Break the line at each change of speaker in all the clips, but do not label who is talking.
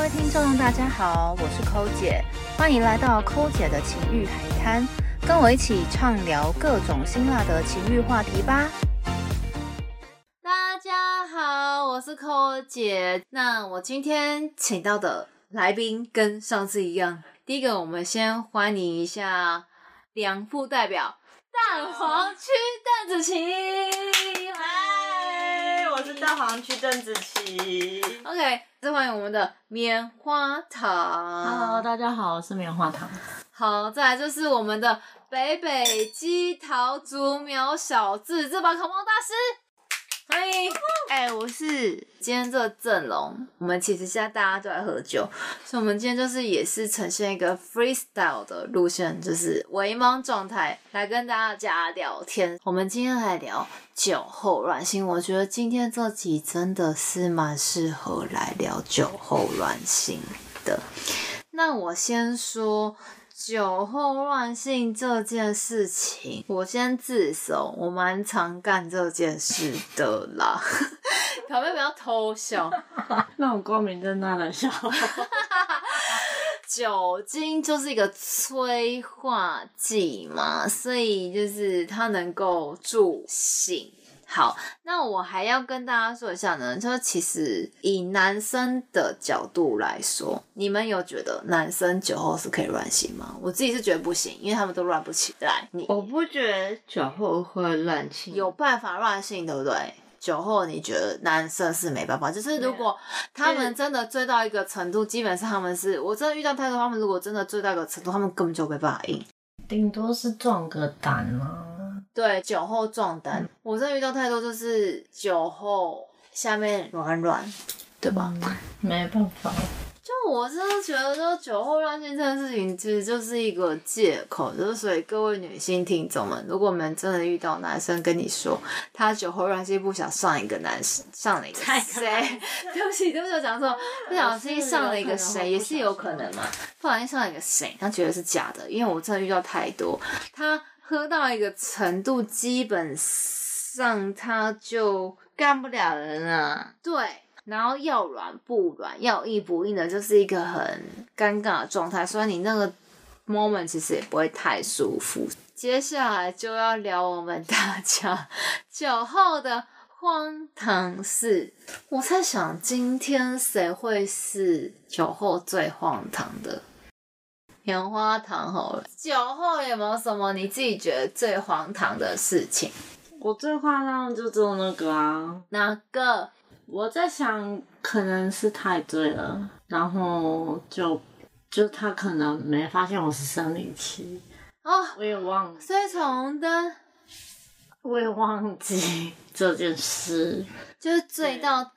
位听众，大家好，我是抠姐，欢迎来到抠姐的情欲海滩，跟我一起畅聊各种辛辣的情欲话题吧。
大家好，我是寇姐。那我今天请到的来宾跟上次一样，第一个我们先欢迎一下两副代表蛋黄区邓紫棋。
嗨，我是大黄区邓紫棋。
OK，再欢迎我们的棉花糖。
Hello，大家好，我是棉花糖。
好，再来就是我们的北北基桃竹苗小智这把恐龙大师，欢迎。
哎、我是
今天这个阵容，我们其实现在大家都在喝酒，所以我们今天就是也是呈现一个 freestyle 的路线，就是微茫状态来跟大家聊天。我们今天来聊酒后乱性，我觉得今天这集真的是蛮适合来聊酒后乱性的。那我先说。酒后乱性这件事情，我先自首，我蛮常干这件事的啦。 小妹不要偷笑。
那种光明正大的笑。
酒精就是一个催化剂嘛，所以就是它能够助兴。好，那我还要跟大家说一下呢，就是其实以男生的角度来说，你们有觉得男生酒后是可以乱性吗？我自己是觉得不行，因为他们都乱不起来。你
我不觉得酒后会乱性，
有办法乱性，对不对？酒后你觉得男生是没办法，就是如果他们真的醉到一个程度，基本上他们是我真的遇到太多，他们如果真的醉到一个程度，他们根本就没办法硬。
顶多是撞个胆啊。
对，酒后撞单，我真的遇到太多，就是酒后下面软软，对吧？
没办法，
就我真的觉得，说酒后乱性这件事情，其实就是一个借口。就是所以各位女性听众们，如果我们真的遇到男生跟你说他酒后乱性，不想上一个男生，上了一个谁？对不起，对不起，我讲错，不小心上了一个谁，也是有可能嘛。不小心上了一个谁，他觉得是假的，因为我真的遇到太多，他喝到一个程度，基本上他就
干不了人啊。
对，然后要软不软，要硬不硬的，就是一个很尴尬的状态，所以你那个 moment 其实也不会太舒服。接下来就要聊我们大家 酒后的荒唐事。我在想，今天谁会是酒后最荒唐的？棉花糖好了，酒后有没有什么你自己觉得最荒唐的事情？
我最夸张的就只有那个啊。
哪个？
我在想，可能是太醉了，然后就就他可能没发现我是生理期，
哦，
我也忘了，
所以闯红灯。
我也忘记 这件事。
就是醉到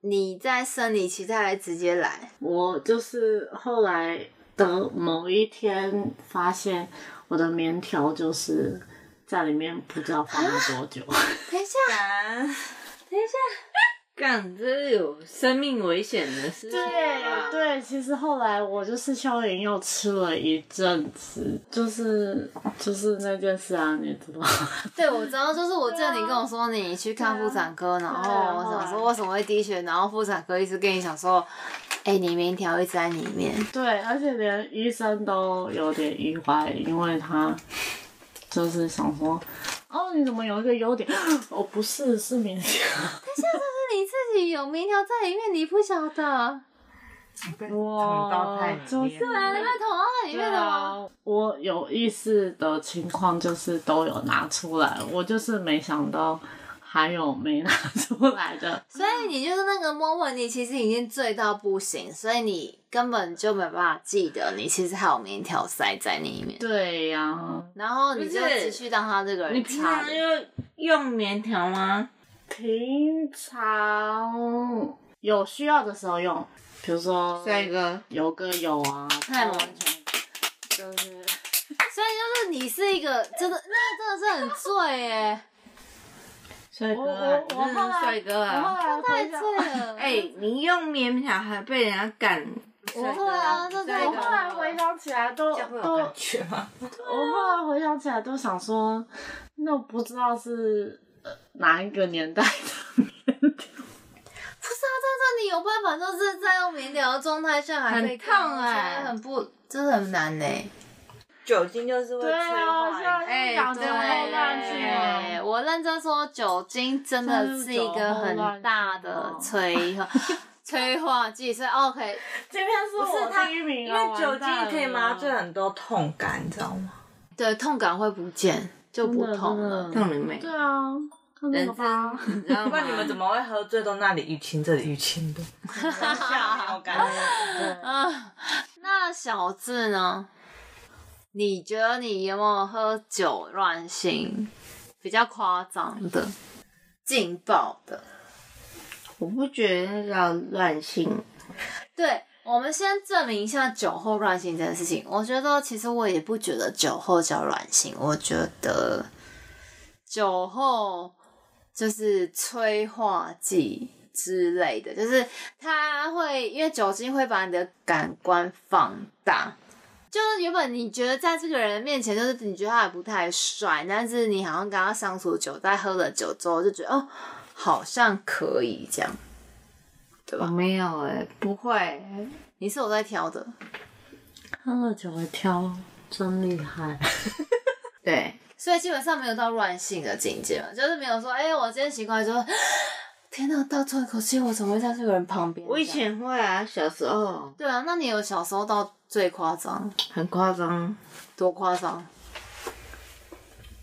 你在生理期再来直接来，
我就是后来的某一天发现，我的棉条就是在里面不知道放了多久。
等一下，
干，等一下， 干，这是有生命危险的事情。 啊
对对，其实后来我就是消炎药吃了一阵子，就是就是那件事啊，你知道吗？
对我知道，就是我记得你跟我说你去看妇产科，然后我想
啊
说为什么会滴血，然后妇产科医师跟你讲说，哎、你棉条一直在里面，
对，而且连医生都有点意外，因为他就是想说，哦，你怎么有一个优点？哦，不是，是棉条。
是你自己有棉条在里面，你不晓得，
捅到太里
就
面
是
啊，你被捅到在里面的吗？
啊，我有意识的情况就是都有拿出来，我就是没想到还有没拿出来的。
所以你就是那个 moment，你其实已经醉到不行，所以你根本就没办法记得你其实还有棉条塞在里面。
对呀、
然后你
不
就是持续让他这个
你
人
平
插
常
着。
就用棉条吗？
平常有需要的时候用，比如说
个，
有个有啊，
太猛了
全就是
所以就是你是一个真的，那个真的是很醉耶，
帅哥
我
啊，
我
真的是帅哥
我后
啊！
来
太
回想
醉了。
哎、你用棉条还被人家赶，
我后来啊这
帅
太
哥
我
猛了
后来回想起来都都，我
觉吗？
后来回想起来都想说，那我不知道是呃哪一个年代的。
不是啊，在你有办法就是在用明聊的状态下还可以
很烫
看我
哎
觉得很不，真的很难呢、
酒精就是会
对
催
啊，现
化你。
在是讲这么多烂剧啊。
对我认真说，酒精真的是一个很大
哦
的催化催化剂，所以 OK，
今天是
不是
我
它
第一名
因
啊，
为
因为酒
酒精
精可
可
以
以
麻
麻
醉
醉啊
很多痛感，你知道吗？
对痛感会不见，就不痛了
真。的
痛明媚
对，啊，看那个吧。
你知道
不
吗？
然你们怎么会喝醉到那里淤青这里淤青的？没有感觉。
啊，那小智呢？你觉得你有没有喝酒乱性比较夸张的、劲爆的？
我不觉得那叫乱性，
对，我们先证明一下酒后乱性这件事情。我觉得其实我也不觉得酒后叫乱性，我觉得酒后就是催化剂之类的，就是它会因为酒精会把你的感官放大。就是原本你觉得在这个人面前，就是你觉得他也不太帅，但是你好像跟他相处久，在喝了酒之后就觉得哦，好像可以这样。
我没有哎、不会，
你是我在挑的，
喝了酒会挑，真厉害。
对，
所以基本上没有到乱性的境界嘛，就是没有说，哎、我今天习惯就说，天哪，倒抽一口气，我怎么会在这个人旁边？
我以前会啊，小时候
对啊，那你有小时候到最夸张，
很夸张，
多夸张？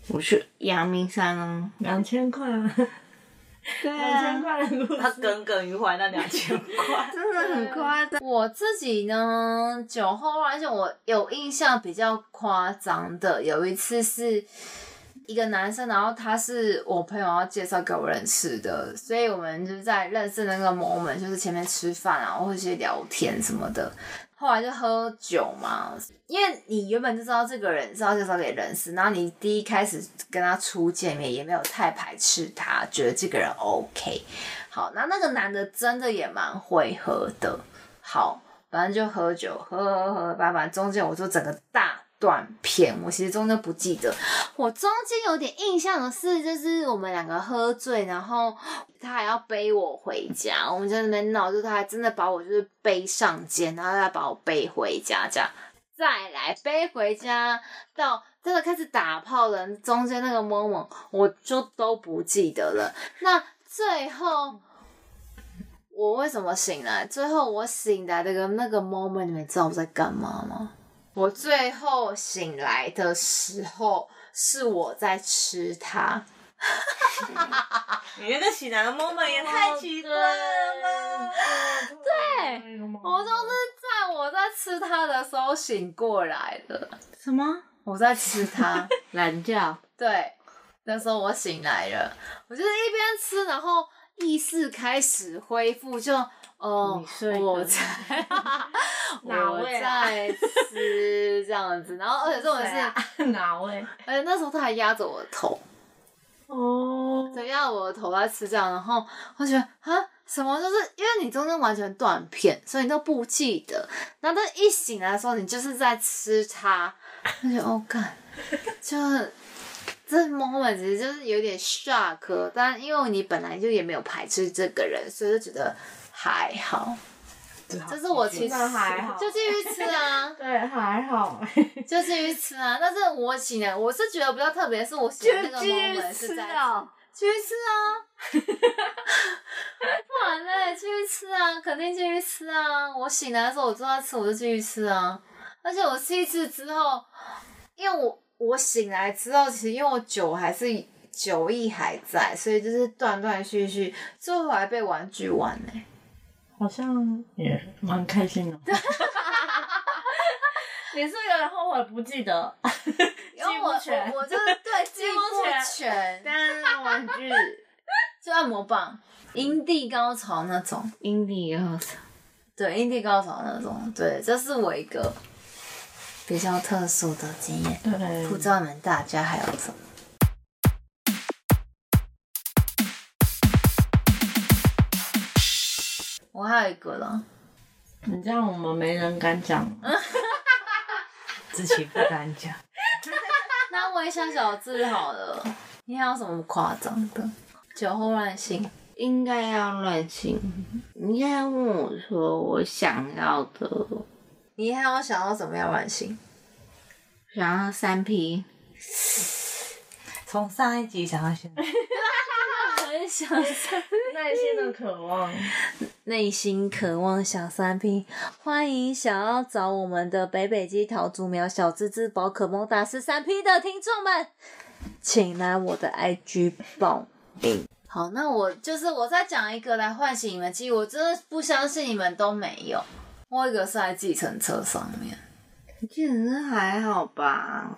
我去阳明山啊，
两千块，啊
对
两千
啊，
块的路
他耿耿于怀那两千块，
真的很夸张，
我自己呢，酒后乱性，我有印象比较夸张的，有一次是。一个男生，然后他是我朋友要介绍给我认识的，所以我们就是在认识的那个 moment，就是前面吃饭啊，或者是聊天什么的。后来就喝酒嘛，因为你原本就知道这个人是要介绍给人识，然后你第一开始跟他初见面也没有太排斥他，觉得这个人 OK。好，那那个男的真的也蛮会喝的，好，反正就喝酒，喝喝喝，反正中间我就整个大断片，我其实中间不记得，我中间有点印象的是，就是我们两个喝醉，然后他还要背我回家，我们就在那边闹，就是他还真的把我就是背上肩，然后再把我背回家这样。再来背回家，到真的开始打炮的中间那个 moment，我就都不记得了。那最后我为什么醒来？最后我醒来的那个 moment，你们知道我在干嘛吗？我最后醒来的时候是我在吃它，
你那个喜男的 moment 也太
哦
奇怪了吧？
对，
我就是在我在吃它的时候醒过来的。
什么
我在吃它，
懒觉？
对，那时候我醒来了，我就是一边吃，然后意识开始恢复，就哦
你，睡的
我在，
哪
我
位啊
在吃这样子，然后而且重点
是
是，
哪位？
而且那时候他还压着我的头，
哦，
对，压着我的头在吃这样，然后我觉得啊。什么？就是因为你中间完全断片，所以你都不记得。然后但一醒来的时候，你就是在吃它，就觉得哦，干，就是这 moment 其实就是有点 shock，但哦因为你本来就也没有排斥这个人，所以就觉得还好。这是我其实
那还好，
就继续吃啊
对，还好。
就继续吃啊。但是我醒来，我是觉得比较特别，是我醒来那个
啊
moment 是在
哦，
继续吃啊， 不然嘞，继续吃啊，肯定继续吃啊。我醒来的时候，我正在吃，我就继续吃啊。而且我吃一次之后，因为我我醒来之后，其实因为我酒还是酒意还在，所以就是断断续续，最后还被玩具玩呢、
好像也蛮开心的。你是不是有点后悔不记得？
因为我
记
我
不全
我就是对记不全，
但玩具
就按摩棒、阴蒂高潮那种，
阴历哦，
对阴蒂高潮那种，对，这是我一个比较特殊的经验。
对
不知道你们大家还有什么？我还有一个了，
你这样我们没人敢讲。
自己不敢讲，
那问一下小智好了，你还有什么夸张的？酒后乱性，
应该要乱性，你应该要问我说我想要的，
你还有想要怎么样软性？
想要三 P，
从上一集想到现在，
很想三，
内心的渴望，
内心渴望想三 P。欢迎想要找我们的北北基桃竹苗小芝芝宝可梦大师三 P 的听众们，请来我的 IG 报名。好，那我就是我再讲一个来唤醒你们记忆，我真的不相信你们都没有。我有一个是在计程车上面。
其实还好吧。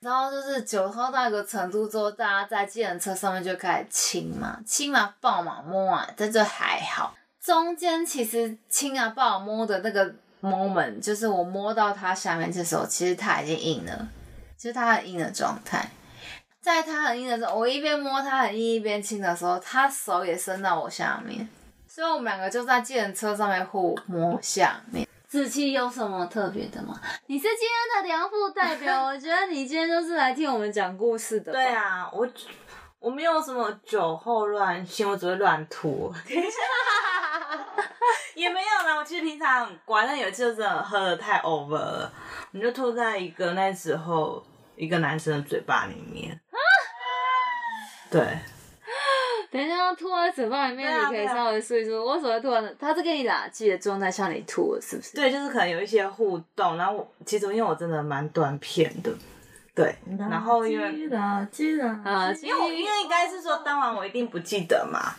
然后就是酒喝到一个程度之后，大家在计程车上面就开始亲嘛，亲啊、抱嘛、摸啊，这就还好。中间其实亲啊、抱啊、摸的那个 moment，就是我摸到他下面这时候，其实他已经硬了，就是他很硬的状态。在他很硬的时候，我一边摸他很硬一边亲的时候，他手也伸到我下面，所以我们两个就在计程车上面互摸下面。子期有什么特别的吗？你是今天的良副代表，我觉得你今天就是来听我们讲故事 的。
对，啊，我我没有什么酒后乱性，我只会乱吐。 等一下，也没有啦，我其实平常很乖，但有一次就真的喝的太 over 了，我们就吐在一个那时候一个男生的嘴巴里面。对，
等一下吐在嘴巴里面，
对啊
你可以稍微说一说，为什么会突然？他是跟你打气的状态下你吐了，是 不是？
对，就是可能有一些互动，然后我其实因为我真的蛮短片的，对，然后因为
记得记得
啊，
因为我因为应该是说当晚我一定不记得嘛。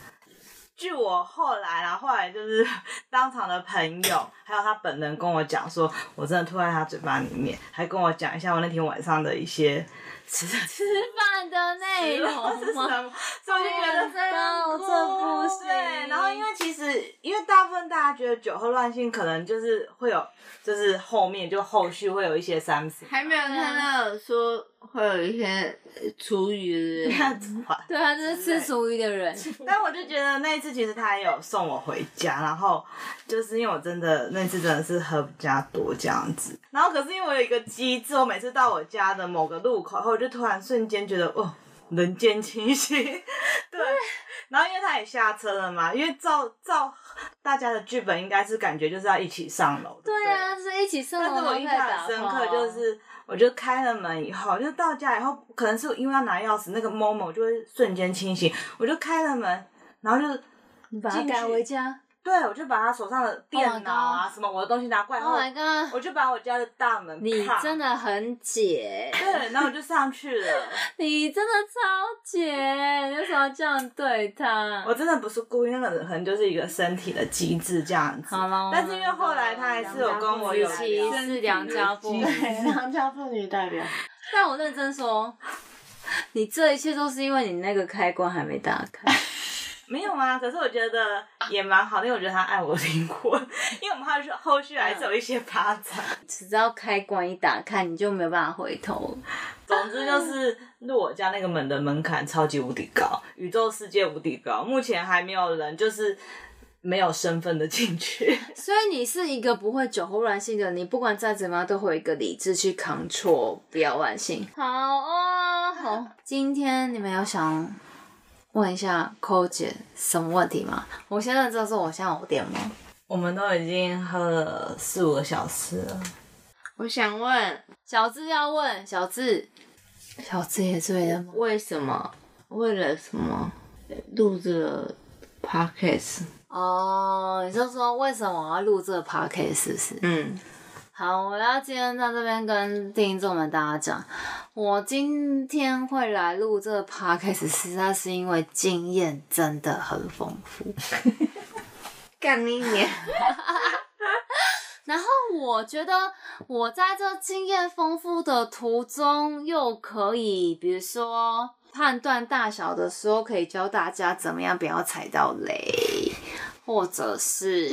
据我后来啦，后来就是当场的朋友，还有他本人跟我讲说，我真的吐在他嘴巴里面，还跟我讲一下我那天晚上的一些吃吃
吃饭的内容
是什
吗？
么，所以我就觉得
天哪我这不行
对然后因为其实因为大部分大家觉得酒后乱性，可能就是会有，就是后面就后续会有一些三思。
还没有看到说会有一些厨余的人，
对啊，这是吃厨余的 人，
但我就觉得那一次，其实他也有送我回家，然后就是因为我真的那次真的是喝比较多这样子，然后可是因为我有一个机制，我每次到我家的某个路口后，我就突然瞬间觉得哦，人间清醒， 对。然后因为他也下车了嘛，因为照照大家的剧本，应该是感觉就是要一起上楼，对不
对
对
啊，是一起上
但
楼
是我印象
啊
很深刻，就是我就开了门以后，就到家以后，可能是因为要拿钥匙，那个 Momo 就会瞬间清醒，我就开了门，然后就
你把他赶回家。
对我就把他手上的电脑啊、什么我的东西拿过来，
Oh my
然后
god！
我就把我家的大门
你
啪
真的很解，
对，然后我就上去了，
你真的超解，你为什么这样对他？
我真的不是故意，那个可能就是一个身体的机制这样子。
好了，
但是因为后来他还是有跟我有
子琪
聊
是良家妇女。
对，良家妇女代表，
但我认真说，你这一切都是因为你那个开关还没打开。
没有啊，可是我觉得也蛮好的，因为我觉得他爱我的灵魂， 因为我们还是后续还是有一些发展。
只要开关一打开，你就没有办法回头。
总之就是入我家那个门的门槛超级无敌高，宇宙世界无敌高，目前还没有人就是没有身份的进去。
所以你是一个不会酒后乱性的，你不管再怎么样都会有一个理智去扛错，不要乱性。好哦，好。今天你们有想问一下寇姐什么问题吗？我现在这是我现在五点吗？
我们都已经喝了四五个小时了，
我想问
小智要问小智，小智也醉了吗？
为什么？为了什么录这个 podcast？
哦，你就说为什么我要录这个 podcast 是不是？
嗯，
好，我要今天在这边跟听众们大家讲，我今天会来录这个 podcast，实在是因为经验真的很丰富。
干你娘！
然后我觉得我在这经验丰富的途中，又可以比如说判断大小的时候，可以教大家怎么样不要踩到雷，或者是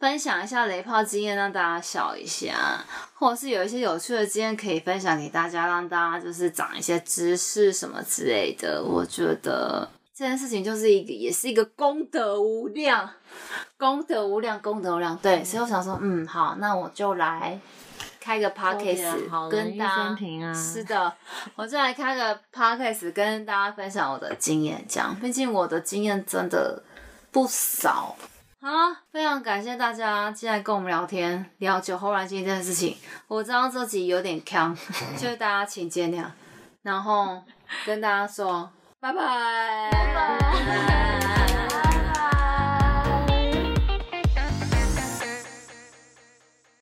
分享一下雷炮经验，让大家笑一下，或者是有一些有趣的经验可以分享给大家，让大家就是长一些知识什么之类的。我觉得这件事情就是一个，也是一个功德无量。功德无量，功德无量。对，所以我想说，嗯，好，那我就来开个 podcast 跟大家，是的，我就来开个 podcast 跟大家分享我的经验，这样。毕竟我的经验真的不少。好啦，非常感谢大家进来跟我们聊天，聊酒后乱性这件事情。我知道这集有点坑， 就是大家请见谅。然后跟大家说，拜拜，拜拜。